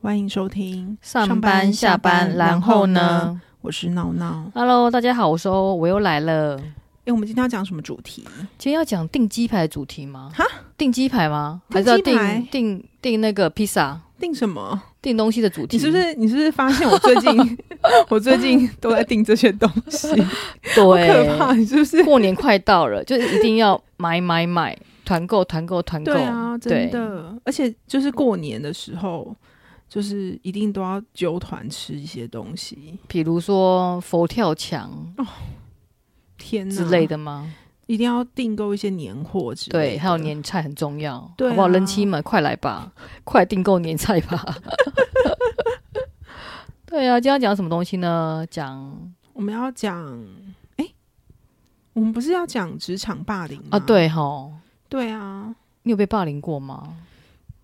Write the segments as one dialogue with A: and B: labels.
A: 欢迎收听
B: 上班下班，然后？呢
A: 我是闹闹。
B: ？Hello，大家好，我是欧，我又来了。
A: 诶，哎我们今天要讲什么主题？
B: 今天要讲订鸡排的主题吗？
A: 哈，
B: 订鸡排吗？还
A: 订
B: 是要
A: 鸡排
B: 订订订那个披萨、
A: 定什么？
B: 订东西的主题？
A: 你是不是你是不是发现我最 近我最近都在定这些东西？好
B: 对？
A: 可怕！你是不是？
B: 过年快到了，就是一定要买买买，团购团购团购。
A: 对啊，真的。而且就是过年的时候，就是一定都要揪团吃一些东西。
B: 比如说佛跳墙
A: 嗯天哪
B: 之类，的吗？
A: 一定要订购一些年货之类的。
B: 对，还有年菜很重要，
A: 对啊
B: 好不好？人妻们，快来吧，快订购年菜吧。对啊，今天要讲什么东西呢？讲
A: 我们要讲，哎、我们不是要讲职场霸凌吗？
B: 啊，对吼，
A: 对啊，
B: 你有被霸凌过吗？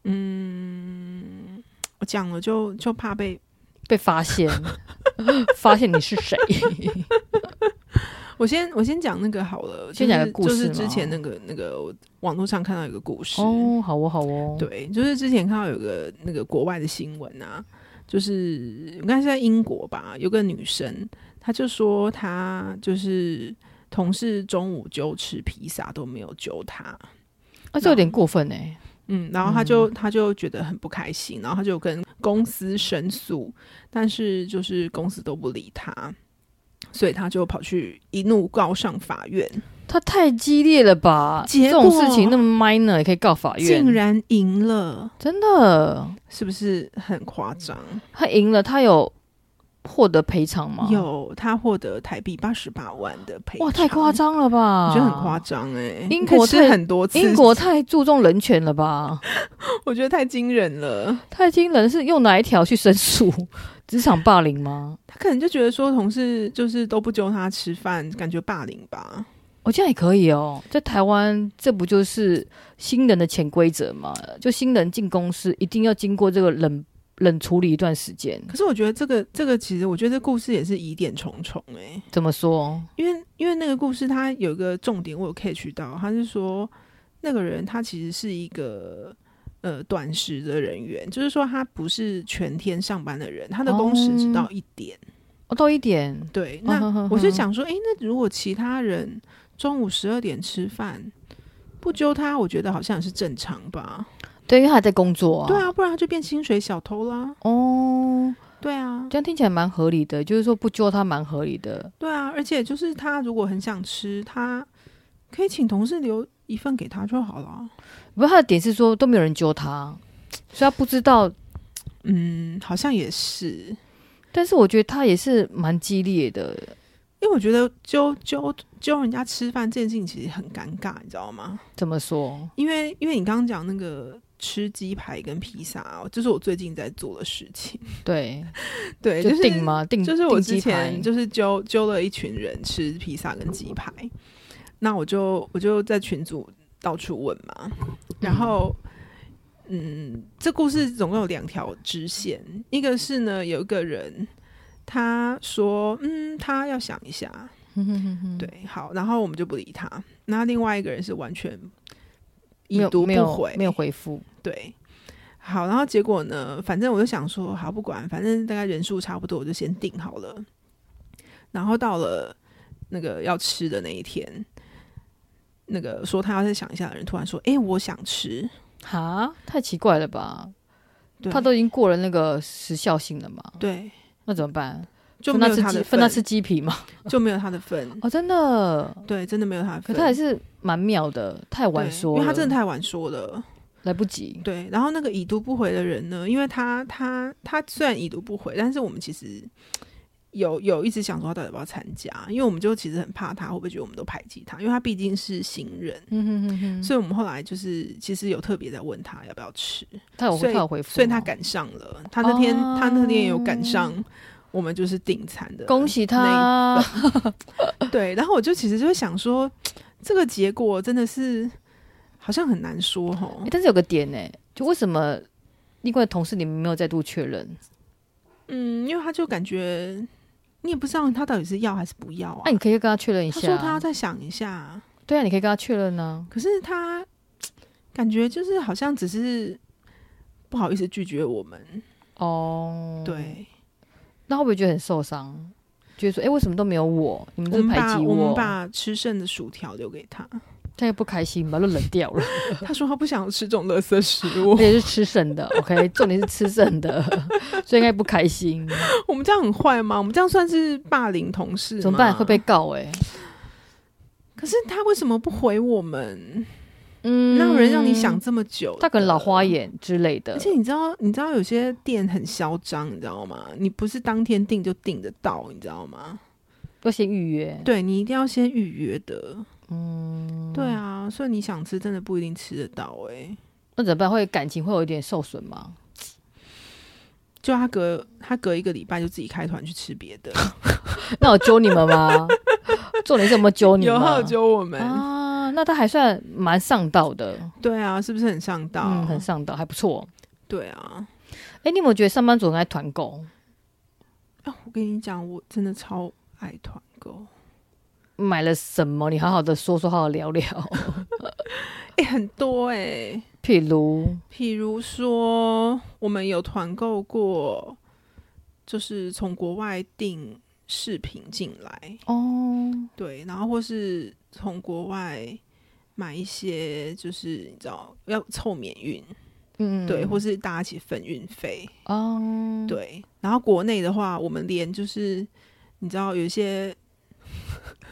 A: 嗯，我讲了就就怕被，
B: 被发现， 发现你是谁？
A: 我先我先讲那个好了，就
B: 先
A: 是
B: 讲个故事
A: 就是
B: 吗
A: 之前那个那个我网络上看到有个故事，
B: 哦，好哦，好哦，，
A: 对，就是之前看到有个那个国外的新闻啊，就是应该是在英国吧，有个女生，她就说她就是同事中午揪吃披萨都没有揪她，
B: 啊，这有点过分哎。
A: 嗯，然后他就、他就觉得很不开心，然后他就跟公司申诉，但是就是公司都不理他，所以他就跑去一怒告上法院，
B: 他太激烈了吧？
A: 结
B: 这
A: 果
B: 种事情那么 minor 也可以告法院
A: 竟，然赢了，
B: 真的？
A: 是不是很夸张？
B: 他赢了，他有获得赔偿吗？，
A: 有他获得台币八十八万的赔偿，
B: 哇，太夸，张了吧？
A: 我觉得很夸张哎，
B: 英国
A: 是
B: 太
A: 很多次，
B: 英国太注重人权了 吧？
A: 我觉得太惊人了，
B: 太惊人是用哪一条去申 诉？职场霸凌吗？
A: 他可能就觉得说同事就是都不揪他吃饭，感觉霸凌吧。
B: 我、哦、这样也可以哦，在台湾这不就是新人的潜规则吗？就新人进公司一定要经过这个冷冷处理一段时间。
A: 可是我觉得这个这个其实，我觉得这故事也是疑点重重哎、
B: 怎么说？
A: 因为因为那个故事它有一个重点，我有 catch 到，他是说那个人他其实是一个呃短时的人员，就是说他不是全天上班的人，他的工时只到一点。
B: 哦，到一点，
A: 对，
B: 哦呵
A: 那
B: 呵
A: 我就
B: 呵
A: 想说，诶，那如果其他人中午十二点吃饭。不揪他，我觉得好像也是正常吧。
B: 对，因为他还在工作啊。
A: 对，啊，不然他就变薪水小偷啦。
B: 哦，
A: 对啊，
B: 这样听起来蛮合理的，就是说不揪他蛮合理的。
A: 对啊，而且就是他如果很想吃，他可以请同事留一份给他就好了。
B: 不过他的点是说都没有人揪他，所以他不知道
A: 嗯，好像也是，
B: 但是我觉得他也是蛮激烈的，
A: 因为我觉得揪揪揪人家吃饭这件事情其实很尴尬，你知道吗？
B: 怎么说？
A: 因为因为你刚刚讲那个吃鸡排跟披萨哦，这、是我最近在做的事情。
B: 对，
A: 对，
B: 就
A: 哎就是
B: 定？吗？定
A: 就是我
B: 定
A: 之
B: 鸡排
A: 前就是揪揪了一群人吃披萨跟鸡排，那我就我就在群组到处问嘛，然后。嗯，这故事总共有两条支线，一个是呢，有一个人他说，嗯，他要想一下， 对，好，然后我们就不理他。那另外一个人是完全已
B: 没有
A: 读
B: 没
A: 不
B: 有
A: 回，
B: 没有回复，
A: 对。好，然后结果呢？反正我就想说，好不管，反正大概人数差不多，我就先定好了。然后到了那个要吃的那一天，那个说他要再想一下的人突然说：“诶，我想吃。
B: 哈，太奇怪了吧？
A: 对”
B: 他都已经过了那个时效性了嘛，
A: 对，
B: 那怎么办？
A: 就
B: 分
A: 没
B: 他
A: 有
B: 吃
A: 他
B: 鸡，
A: 的
B: 分他吃鸡皮嘛？
A: 就没有他的份。
B: 哦，真的，
A: 对，真的没有他的
B: 可
A: 份。
B: 他还是蛮妙的，太
A: 对
B: 晚说
A: 因
B: 了，
A: 为他真的太晚说了。
B: 来不及。
A: 对，然后那个已读不回的人呢，因为他他他虽然已读不回，但是我们其实有有一直想说他到底要不要参加，因为我们就其实很怕他会不会觉得我们都排挤他，因为他毕竟是新人，
B: 嗯哼哼哼，
A: 所以我们后来就是其实有特别在问他要不要吃，
B: 他有
A: 所
B: 哦他
A: 以
B: 有回复吗，
A: 所以他赶上了，他那天、他那天也有赶
B: 哦
A: 上我们就是订餐的，
B: 恭喜他，
A: 对，然后我就其实就会想说，这个结果真的是好像很难说哈，
B: 哎诶但是有个点呢、就为什么另外的同事你们没有再度确认？
A: 嗯，因为他就感觉你也不知道他到底是要还是不要啊。
B: 那、你可以跟他确认一
A: 他
B: 下。啊
A: 说他要再想一下，
B: 对啊，你可以跟他确认呢、
A: 可是他感觉就是好像只是不好意思拒绝我们，
B: 啊。哦，，
A: 对，
B: 那会不会觉得很受伤？觉得说，哎、为什么都没有我？你们
A: 我
B: 这是
A: 们
B: 排
A: 把
B: 挤
A: 我们把吃剩的薯条留给他，
B: 他也不开心吧，都冷掉了。
A: 他说他不想吃这种垃圾食
B: 而
A: 物，
B: 且是吃剩的，OK，重 点是吃剩的，所以应该不开心。
A: 我们这样很坏吗？我们这样算是霸凌同事
B: 怎么办？
A: 吗
B: 会被告哎、
A: 可是他为什么不回我们？
B: 嗯
A: 哪有人让你想，这么久？
B: 他可能老花。眼之类的
A: 而。且你知道，你知道有些店很嚣张，你知道吗？你不是当天订就订得到，你知道吗？
B: 要先预约，
A: 对你一定要先预约的。嗯，对啊，所以你想吃，真的不一定吃得到、欸。哎，
B: 那怎么办？会感情会有一点受损吗？
A: 就他隔他隔一个礼拜就自己开团去吃别的，
B: 那我揪你们吗？重点是有没有揪你 们？
A: 有号揪我们。
B: 啊，那他还算蛮上道的，
A: 对啊，是不是很上道？
B: 嗯，很上道，还不错。
A: 对啊。
B: 哎、你有没有觉得上班族很爱团购？
A: 啊，我跟你讲，我真的超爱团购。
B: 买了什么？你好好的说说，好好 聊聊。
A: 哎、很多哎、
B: 譬如，
A: 譬如说，我们有团购过，就是从国外订饰品进来，
B: 哦，
A: 对，然后或是从国外买一些，就是你知道要凑免运，
B: 嗯，
A: 对，或是大家一起分运费，
B: 哦，
A: 对。然后国内的话，我们连就是你知道有一些。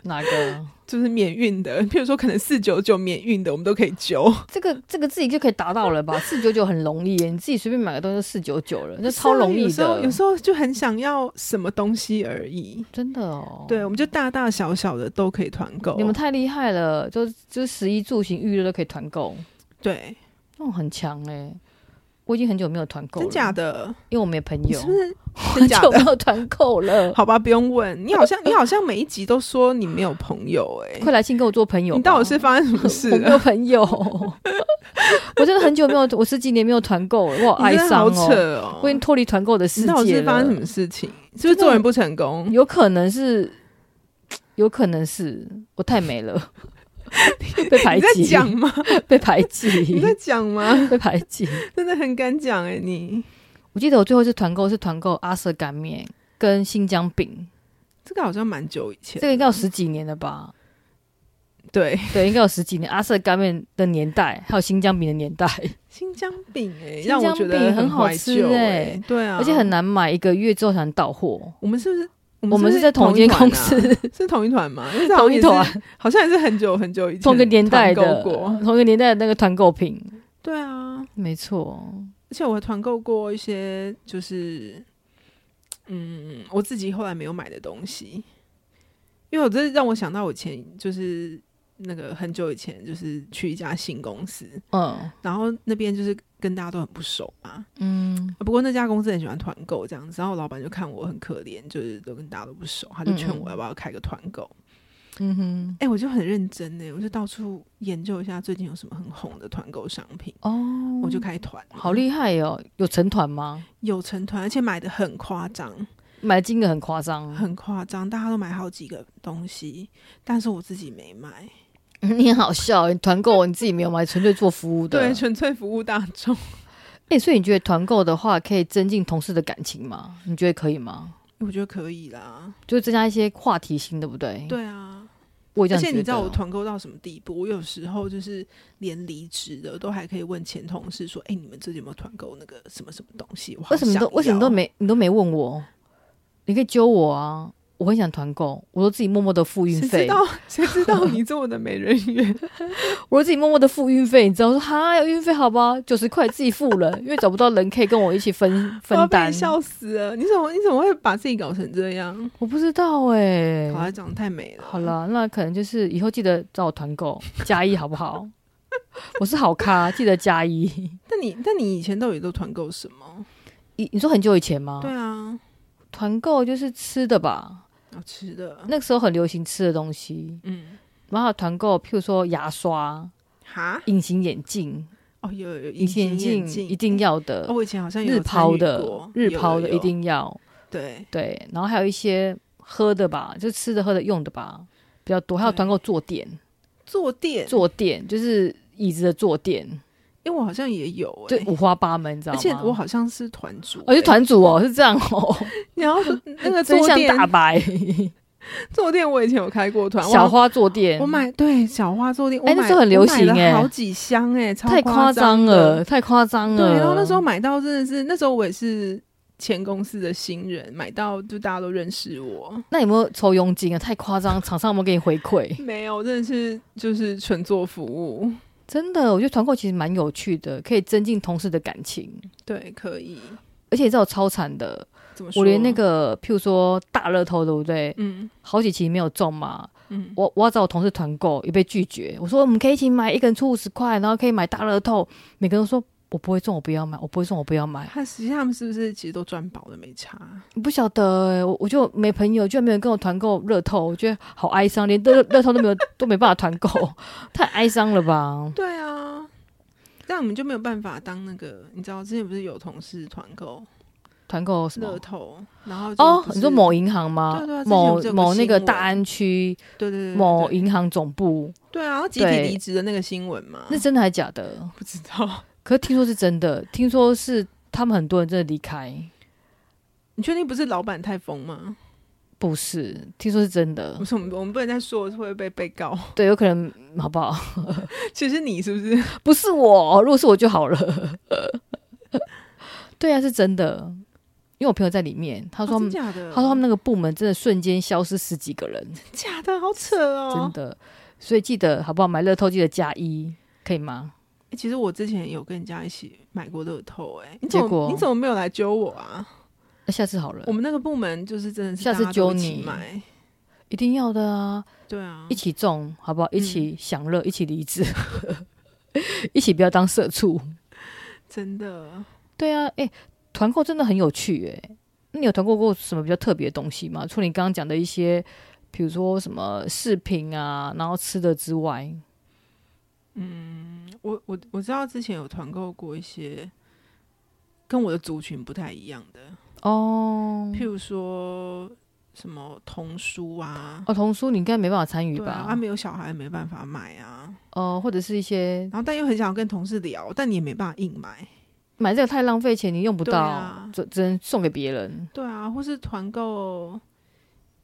B: 哪个？
A: 就是免运的， 譬如说可能四九九免运的，我们都可以揪。
B: 这个这个自己就可以达到 了吧？四九九很容易耶，你自己随便买个东西就四九九了，那超容易
A: 啊有时候
B: 的。
A: 有时候就很想要什么东西而已。
B: 真的哦，
A: 对，我们就大大小小的都可以团购。
B: 你们太厉害了，就就十一住行预热都可以团购，
A: 对，
B: 那种很强哎、我已经很久没有团购了，
A: 真假？的？
B: 因为我没朋
A: 你
B: 友，
A: 是不 是
B: 很
A: 真假
B: 久没
A: 的？。
B: 有团购了
A: 好吧，不用问。你好像你好像每一集都说你没有朋友哎、
B: 快来信跟我做朋友吧，
A: 你到底是发生什么事
B: 我没有
A: 了？
B: 朋友，我真的很久没有，我十几年没有团购了，我好哀
A: 你真的
B: 伤
A: 好扯
B: 哦，
A: 哦！
B: 我已经脱离团购的世
A: 你
B: 界了。
A: 到底是发生什么事情？是不是做人不成 功？
B: 有可能是，有可能是我太 美了，被排
A: 你在
B: 挤，
A: 讲 吗？
B: 被排
A: 你
B: 挤，
A: 在讲吗？
B: 被排挤。
A: 真的很敢讲哎、你
B: 我记得我最后一次团购是团购阿舍干面跟新疆饼，
A: 这个好像蛮久以前
B: 这。个应该有十几年了吧？
A: 对，
B: 对，应该有十几年。阿舍干面的年代，还有新疆饼的年代，
A: 新疆饼哎、
B: 新
A: 让我
B: 疆
A: 觉
B: 饼
A: 得
B: 很好
A: 怀
B: 吃
A: 旧
B: 欸
A: 欸对啊，
B: 而且很。难买，一个月之后才能到货。
A: 我们是不是？
B: 我们是在同
A: 同
B: 一间
A: 一团
B: 公
A: 啊
B: 司，
A: 是同一团吗？因为好像
B: 同一
A: 也是
B: 团，
A: 好像也是很久很久以前
B: 同一个年代的
A: 团购过，
B: 同一个年代的那个团购品，
A: 对啊，
B: 没错。
A: 而且我还团购过一些，就是嗯，我自己后来没有买的东西，因为我这让我想到我以前就是那个很久以前就是去一家新公司，
B: 嗯
A: 然后那边就是跟大家都很不熟嘛。啊
B: 嗯，
A: 不过那家公司很喜欢团购这样子，然后老板就看我很可怜，就是都跟大家都不熟，他就劝
B: 嗯嗯
A: 我要不要开个团购。
B: 嗯哼，
A: 哎、我就很认真呢，我就到处研究一下最近有什么很红的团购商品，
B: 哦，
A: 我就开团，
B: 好厉害哦！有成团吗？
A: 有成团，而且买的很夸张，
B: 买的金额很夸张，
A: 很夸张，大家都买好几个东西，但是我自己没买，
B: 你很好笑，哦你团购你自己没有买，纯粹做服务的。
A: 对，纯粹服务大众。
B: 哎、所以你觉得团购的话可以增进同事的感情吗？你觉得可以吗？
A: 我觉得可以啦，
B: 就增加一些话题性，对不对？，
A: 对啊，
B: 我也这
A: 而
B: 样
A: 且
B: 觉
A: 你
B: 得。哦
A: 知道我团购到什么地步？我有时候就是连离职的都还可以问前同事说：“哎、你们最近有没有团购那个什么什么东西？”我好
B: 为什么都
A: 想
B: 为什么都
A: 要
B: 没你都没问我？你可以揪我啊！我很想团购，我都自己默默的付运
A: 谁知
B: 费，
A: 道谁知道你这么的没人 缘？
B: 我都自己默默的付运费，你知道？我说哈，要运费好吧，九十块自己付了，因为找不到人可以跟我一起 分
A: 我要
B: 分
A: 被
B: 担
A: 你。笑死了！你怎么你怎么会把自己搞成这样？
B: 我不知道哎、
A: 好啊像长得太美了。
B: 好，了，那可能就是以后记得找我团购加一好不 好？我是好咖，记得加一。
A: 那你那你以前到底都团购什么？
B: 你你说很久以前吗？
A: 对，啊，
B: 团购就是吃的吧，
A: 好吃的，
B: 那个时候很流行吃的东西，
A: 嗯，
B: 然后团购，譬如说牙刷、
A: 哈，
B: 隐形眼镜、
A: 哦有有
B: 隐
A: 隐
B: 形
A: 形
B: 眼
A: 眼
B: 镜
A: 镜
B: 一定。要的，
A: 哦，我以前好像有
B: 日抛
A: 参与
B: 的
A: 过
B: 日
A: 有
B: 抛的
A: 有
B: 一定要
A: 对，
B: 对，然后还有一些喝的吧，就吃的、喝的、用的吧比较多，还有
A: 对
B: 团购坐垫，
A: 坐垫
B: 坐垫就是椅子的坐垫。
A: 因为我好像也有哎、
B: 就五花八门，你知道
A: 而
B: 吗？
A: 且我好像是团主、
B: 我
A: 欸，
B: 是团主哦，是这样 哦，
A: 然后那个
B: 真
A: 坐
B: 相
A: 垫，
B: 大白，
A: 坐垫我以前有开过团，我
B: 小花坐垫，
A: 我买对小花坐垫，我
B: 哎那
A: 买
B: 时候很流
A: 我买了
B: 行哎
A: 好几箱哎、超
B: 太
A: 夸
B: 夸张
A: 的
B: 了，。太夸张了。
A: 对，然后那时候买到真的是，那时候我也是前公司的新人，买到就大家都认识我。
B: 那有没有抽佣金啊？太夸张，厂商有没有给你回馈？
A: 没有，真的是就是纯做服务，
B: 真的，我觉得团购其实蛮有趣的，可以增进同事的感情。
A: 对，可以。
B: 而且你知道超惨的，
A: 怎么说？
B: 我连那个譬如说大乐透，对不对？
A: 嗯
B: 好几期没有中嘛，
A: 嗯，
B: 我我要找我同事团购也被拒绝。我说我们可以一起买，一个人出五十块，然后可以买大乐透。每个人都说我不会中，我不要买，我不会中，我不要买。
A: 他实际上他们是不是其实都赚饱了没差？
B: 不晓得、欸，我我就没朋友，居然没有人跟我团购乐透，我觉得好哀伤，连乐乐透都没 有，都没办法团购， 太哀伤了吧？
A: 对啊，这样我们就没有办法当那个，你知道之前不是有同事团购
B: 团购什么
A: 乐？透，然后就
B: 哦
A: 不，是
B: 你说某银行吗
A: 对？对啊之前
B: 某
A: 不是有个
B: 某那个
A: 新闻
B: 大安区
A: 对对对对
B: 某
A: 对
B: 银行总部，
A: 对啊，然后集体
B: 对
A: 离职的那个新闻嘛，
B: 那真的还假的？
A: 不知道。
B: 可是听说是真的，听说是他们很多人真的离开，
A: 你确定不是老板太疯吗？
B: 不是？听说是真的
A: 不， 是我们，我们不能再说了，会被被告。
B: 对，有可能好不好？
A: 其实你是不是？
B: 不是我，如果是我就好了。 对啊，是真的，因为我朋友在里面，他说
A: 哦
B: 他
A: 真
B: 们、
A: 假的，
B: 他说他们那个部门真的瞬间消失十几个人，
A: 假的，好扯
B: 真
A: 哦。
B: 的。所以记得好不好？买乐透记得加一，可以吗？
A: 欸其实我之前有跟人家一起买过乐透、欸，哎，你怎
B: 结果
A: 么你怎么没有来揪我啊？
B: 那下次好了
A: 我，们那个部门就是真的是
B: 下次
A: 大家都
B: 揪
A: 一起
B: 你
A: 买，
B: 一定要的啊！
A: 对啊
B: 一，起中好不好？
A: 嗯
B: 一起享乐，一起离职， 一起不要当社畜。
A: 真的。
B: 对啊，哎、团购真的很有趣哎、那你有团购过什么比较特别的东西吗？除了你刚刚讲的一些，比如说什么饰品啊，然后吃的之外，
A: 我我我知道之前有团购过一些跟我的族群不太一样的，
B: 哦
A: 譬如说什么童书啊，
B: 哦，童书你应该没办法参与
A: 对啊，
B: 吧？
A: 他、没有小孩没办法买啊，
B: 哦，或者是一些
A: 然后但又很想要跟同事聊，但你也没办法硬买，
B: 买这个太浪费钱，你用不
A: 对
B: 到，
A: 啊
B: 只只能送给别人。
A: 对啊，或是团购，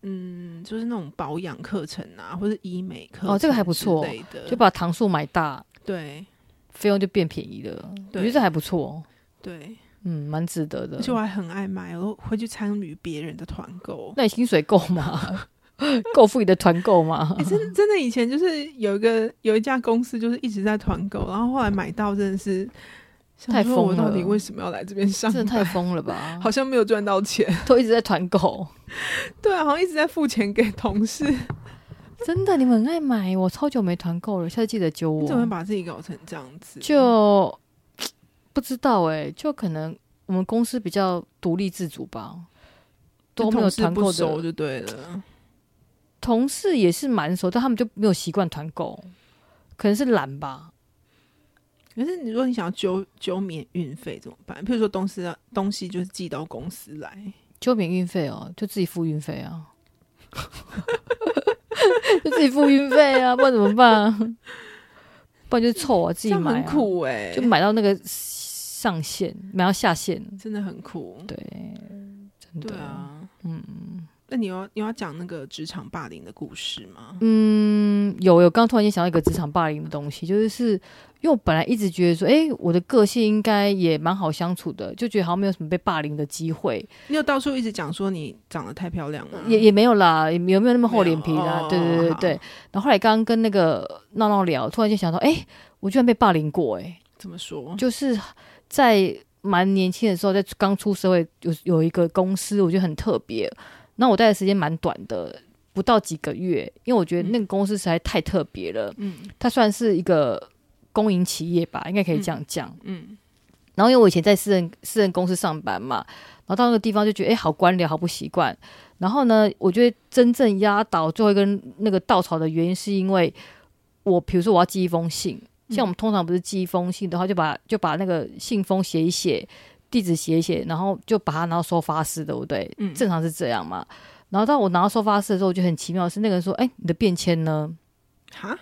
A: 嗯，就是那种保养课程啊，或是医美课程
B: 哦这个还不错
A: 之类的，
B: 就把糖数买大，
A: 对
B: 费用就变便宜了。我
A: 对
B: 觉得这还不错，
A: 对，
B: 嗯，蛮值得的
A: 而。且我还很爱买，我会去参与别人的团购。
B: 那你薪水够吗？ 够付你的团购吗
A: 哎、？真
B: 嗯
A: 的真的，以前就是有一个有一家公司，就是一直在团购，然后后来买到真的是想
B: 太
A: 说
B: 疯
A: 我到
B: 了
A: 底为什么要来这边上
B: 真的
A: 班？
B: 太疯了吧！
A: 好像没有赚到钱，
B: 都一直在团购，
A: 对啊，好像一直在付钱给同事。
B: 真的，你们很爱买，我超久没团购了，下次记得揪我。
A: 你怎么会把自己搞成这样子？
B: 就不知道哎、就可能我们公司比较独立自主吧，都
A: 跟
B: 没有
A: 同事
B: 团
A: 不
B: 购
A: 熟
B: 的。
A: 就对了。
B: 同事也是蛮熟，但他们就没有习惯团购，可能是懒吧。
A: 可是你如果你想要揪揪免运费怎么办？譬如说东西要东西就是寄到公司来，
B: 就免运费哦，就自己付运费啊， 就自己付运费啊，不然怎么办、啊？不然就凑啊，自
A: 这
B: 己
A: 样
B: 买、
A: 很
B: 啊，
A: 苦哎、
B: 就买到那个上限，买到下限，
A: 真的很苦。
B: 对，真的，
A: 对啊，
B: 嗯
A: 那你要你要讲那个职场霸凌的故事吗？
B: 嗯，有有，刚刚突然间想到一个职场霸凌的东西，就是是因为我本来一直觉得说，诶，我的个性应该也蛮好相处的，就觉得好像没有什么被霸凌的机会，
A: 你有到处一直讲说你长得太漂亮了，
B: 也也没有啦，也没有没有那么厚脸皮
A: 嗯没
B: 啦
A: 有，
B: 对对对
A: 哦好
B: 对。然后后来刚刚跟那个闹闹聊，突然间想到，诶，我居然被霸凌过、诶。
A: 怎么说？
B: 就是在蛮年轻的时候，在刚出社会有有一个公司，我觉得很特别。那我待的时间蛮短的，不到几个月，因为我觉得那个公司实在太特别了。
A: 嗯
B: 它算是一个公营企业吧，应该可以这样讲。
A: 嗯，
B: 然后因为我以前在私人私人公司上班嘛，然后到那个地方就觉得哎、诶好官僚，好不习惯。然后呢，我觉得真正压倒最后一根那个稻草的原因，是因为我比如说我要寄一封信，
A: 嗯
B: 像我们通常不是寄一封信的话，就把就把那个信封写一写，地址写一写，然后就把它拿到收发室，对不对？
A: 嗯
B: 正常是这样嘛。然后到我拿到收发室的时候，我觉得很奇妙的是，那个人说：“哎、你的便签呢
A: 哈，？”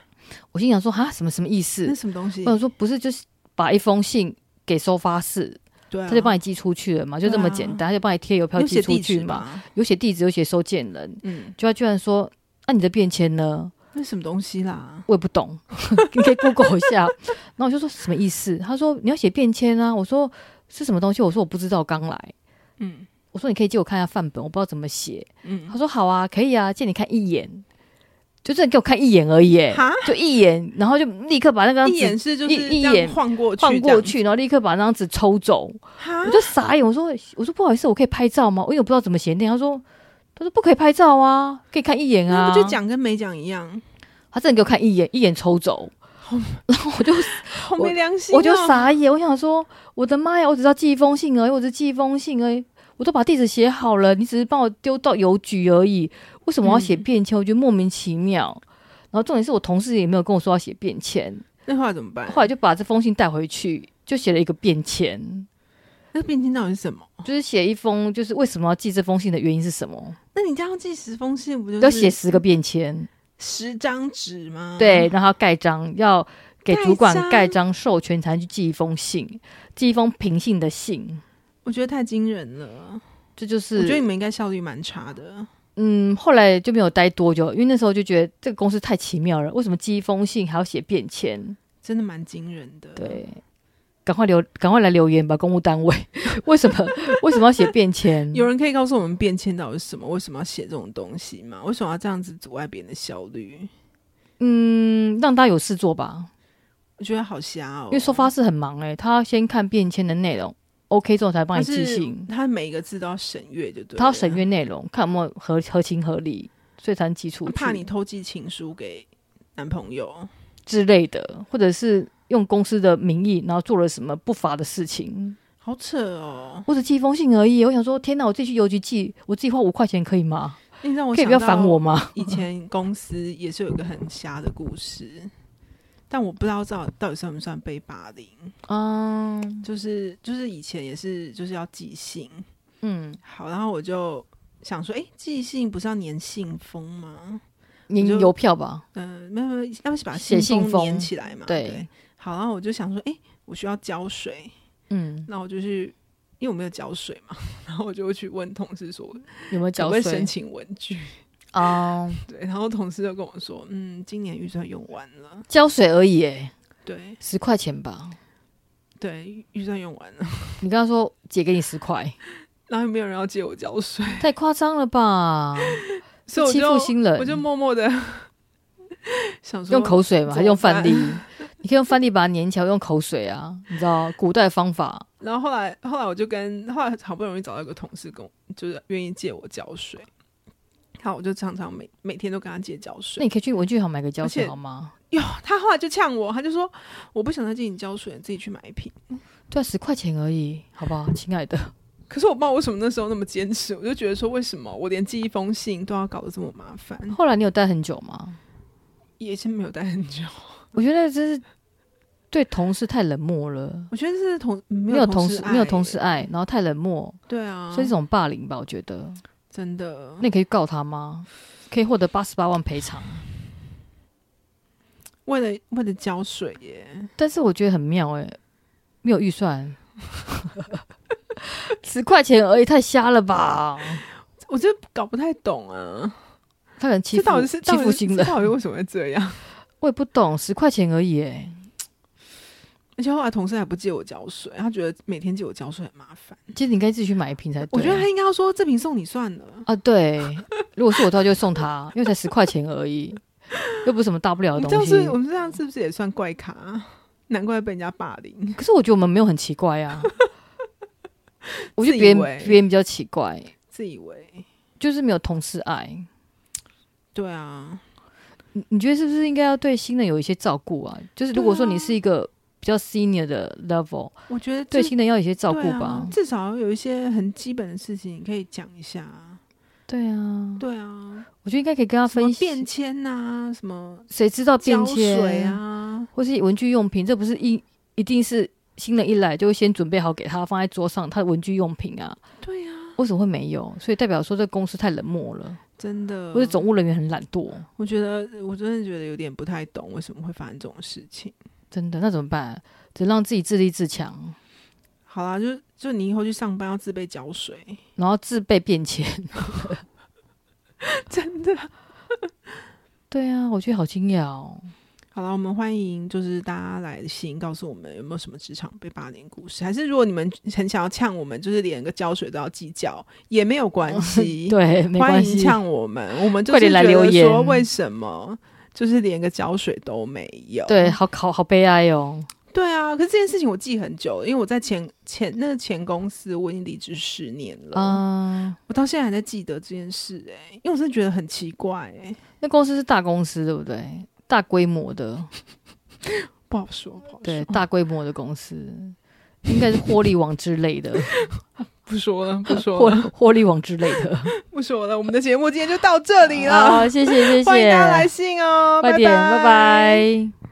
B: 我心想说：“哈，什么什么意思？”
A: 那什么东西
B: 嗯我？想说不是，就是把一封信给收发室，
A: 对啊，
B: 他就帮你寄出去了嘛，就这么
A: 对啊
B: 简单，他就帮你贴邮票
A: 有
B: 寄
A: 写
B: 出
A: 地
B: 去
A: 址
B: 嘛，
A: 嘛，
B: 有写地址，有写收件人，
A: 嗯，
B: 就他居然说，那、你的便签呢？
A: 那什么东西啦？
B: 我也不懂， 你可以 Google 一下。然后我就说什么意思？他说你要写便签啊。我说是什么东西？我说我不知道，刚来。
A: 嗯
B: 我说你可以借我看一下范本，我不知道怎么写。他
A: 嗯，
B: 说好啊，可以啊，借你看一眼，就真的给我看一眼而 已、欸，
A: 哈，
B: 就一眼，然后就立刻把那张
A: 一眼
B: 纸
A: 是就是
B: 一一
A: 这样
B: 眼
A: 晃过去，
B: 放过，去，然后立刻把那张纸抽走。
A: 哈
B: 我，就啊傻眼，我说我说不好意思，我可以拍照吗？因为我不知道怎么写那。他说他说不可以拍照啊，可以看一眼
A: 那
B: 啊。
A: 不就讲跟没讲一样，
B: 他真的给我看一眼，一眼抽走。然后我就
A: 好
B: 我
A: 没良心哦，
B: 我就傻眼，我想说，我的妈呀，我只知道寄一封信而已，我只寄一封信而已，我都把地址写好了，你只是帮我丢到邮局而已，为什么我要写
A: 嗯
B: 便签？我觉得莫名其妙。然后重点是我同事也没有跟我说要写便签，
A: 那后来怎么办？
B: 后来就把这封信带回去，就写了一个便签，
A: 那便签到底是什么？
B: 就是写一封，就是为什么要寄这封信的原因是什么？
A: 那你这样寄十封信，不就
B: 要
A: 是
B: 写十个便签，
A: 十张纸吗？
B: 对，，让他盖章，要给
A: 盖
B: 主管
A: 章
B: 盖章授权才能去寄一封信，寄一封平信的信，
A: 我觉得太惊人了。
B: 这就是
A: 我觉得你们应该效率蛮差的。
B: 嗯，后来就没有待多久，因为那时候就觉得这个公司太奇妙了，为什么寄一封信还要写便签？
A: 真的蛮惊人的，，
B: 对，赶快留，赶快来留言吧，公务 单位，为什么为什么要写便签？
A: 有人可以告诉我们变迁到底是什么？为什么要写这种东西吗？为什么要这样子阻碍别人的效率？
B: 嗯，让大家有事做吧，
A: 我觉得好瞎哦，
B: 因为收发室很忙哎、他先看便签的内容，OK 之后才帮
A: 他
B: 你寄
A: 是啊
B: 信，
A: 他每一个字都要审阅，就对，
B: 他要审，阅内容，看有没有合合情合理，所以才能寄出去，
A: 怕你偷寄情书给男朋友。
B: 之类的，或者是用公司的名义，然后做了什么不法的事情。
A: 好扯哦！
B: 我只寄一封信而已。我想说，天哪，我自己去邮局寄，我自己花五块钱可以吗？
A: 你让我
B: 可以
A: 想
B: 不要
A: 到
B: 烦我吗？
A: 以前公司也是有一个很瞎的故事，但我不知道到到底算不算被霸凌。哦
B: 嗯
A: 就是就是以前也是就是要寄信，
B: 嗯，
A: 好，然后我就想说，哎、寄信不是要粘信封吗？
B: 您
A: 就
B: 邮票吧。
A: 嗯、没有没有，要不是把
B: 写信
A: 封
B: 封
A: 粘起来嘛？
B: 对
A: 好，然后我就想说，哎、我需要胶水，
B: 嗯，
A: 那我就去，因为我没有胶水嘛， 然后我就去问同事说，
B: 有没
A: 可不
B: 有缴
A: 可以
B: 税
A: 申？请文具？
B: 啊，
A: 对，然后同事就跟我说，嗯，今年预算用完了，
B: 交税而已，哎，
A: 对
B: 十块钱吧。
A: 对，预算用完了，
B: 你跟他说姐给你十块，
A: 然后也没有人要借我胶水，
B: 太夸张了吧？
A: 所以我
B: 欺负
A: 就
B: 新人
A: 我就默默的 想说
B: 用口水吗？还是用饭粒
A: 怎？
B: 你可以用饭粒把它粘起来，用口水啊，你知道古代方法。
A: 然后后来后来我就跟后来好不容易找到一个同事跟我，就是愿意借我胶水。好，我就常常每每天都跟他借胶
B: 那
A: 水。
B: 你可以去文具行买个胶
A: 而
B: 水
A: 且
B: 好吗？
A: 哟，他后来就呛我，他就说我不想再借你胶水，你自己去买一瓶。
B: 对啊，十块钱而已，好 不好，亲爱的？
A: 可是我不知道为什么那时候那么坚持，我就觉得说为什么我连寄一封信都要搞得这么麻烦，
B: 后来你有待很久吗？
A: 也是没有待很久。
B: 我觉得真是对同事太冷漠了，
A: 我觉得是同没
B: 没有
A: 同
B: 同事
A: 爱
B: 没有同事，爱，然后太冷漠，
A: 对啊，
B: 所以这种霸凌吧，我觉得。
A: 嗯真的
B: 那你可以告他吗？可以获得八十八万赔偿，
A: 为了为了胶水耶，
B: 但是我觉得很妙哎、没有 预算，十块钱而已，太瞎了吧？
A: 我真的搞不太懂啊。
B: 他可能欺
A: 这到
B: 负
A: 底是
B: 欺
A: 到
B: 负
A: 底是
B: 新
A: 这
B: 人，
A: 到底为什么会这样？
B: 我也不懂，十块钱而已哎、
A: 而且后来同事还不借我胶水，他觉得每天借我胶水很麻烦。
B: 其实你应该自己去买一瓶才对啊。
A: 我觉得他应该要说这瓶送你算了，
B: 啊，对，如果是我的话，就会送他，因为才十块钱而已，又不是什么大不了
A: 我
B: 的
A: 们这样
B: 东
A: 是
B: 西
A: 我。们这样是不是也算怪咖啊？难怪被人家霸凌。
B: 可是我觉得我们没有很奇 怪啊，我觉
A: 自
B: 得
A: 以
B: 别人
A: 为
B: 别人比较奇怪，
A: 自以为
B: 就是没有同事爱。
A: 对啊，
B: 你你觉得是不是应该要对新人有一些照顾啊？就是如果说
A: 对啊
B: 你是一个比较 senior 的 level，
A: 我觉得
B: 对
A: 至
B: 新人要有一些照顾
A: 对啊
B: 吧。
A: 至少有一些很基本的事情你可以讲一下啊。
B: 对啊，
A: 对啊，
B: 我觉得应该可以跟他
A: 什么
B: 分
A: 便
B: 析，
A: 签呐，什么
B: 谁知道便
A: 胶水
B: 签，
A: 啊，
B: 或是文具用品，这不是一一定是新人一来就会先准备好给他放在桌上，他的文具用品啊，
A: 对啊，
B: 为什么会没有？所以代表说这公司太冷漠了，
A: 真的。
B: 或者总务人员很懒惰，
A: 我觉得我真的觉得有点不太懂为什么会发生这种事情。
B: 真的那怎么办？只让自己自立自强，
A: 好啦，就就你以后去上班要自备胶 水，
B: 然后自备变迁。
A: 真的。
B: 对啊，我觉得好惊讶哦。
A: 好了，我们欢迎就是大家来信告诉我们有没有什么职场被霸凌故事，还是如果你们很想要呛我们，就是连个胶水都要计较也没有关系，
B: 哦 对，没关
A: 欢迎
B: 系。
A: 呛我们，我 们就
B: 快
A: 是
B: 点来
A: 觉得
B: 留言
A: 说为什么就是连个胶水都没有？
B: 对，好考好悲哀哦。
A: 对啊，可是这件事情我记很久了，因为我在前前那个前公司我已经离职十年了，
B: 啊，
A: 我到现在还在记得这件事、欸，哎，因为我真的觉得很奇怪、欸，哎，
B: 那公司是大公司，对不对？大规模的，
A: 不好说，不好
B: 对，
A: 说，
B: 大规模的公司应该是获利网之 类的，
A: 不说了， 不说
B: 获
A: 了，
B: 获利网之类 的。
A: 不说了，我们的节目今天就到这里了。
B: 好，谢谢谢谢，
A: 欢迎大家来信哦，
B: 快点，拜拜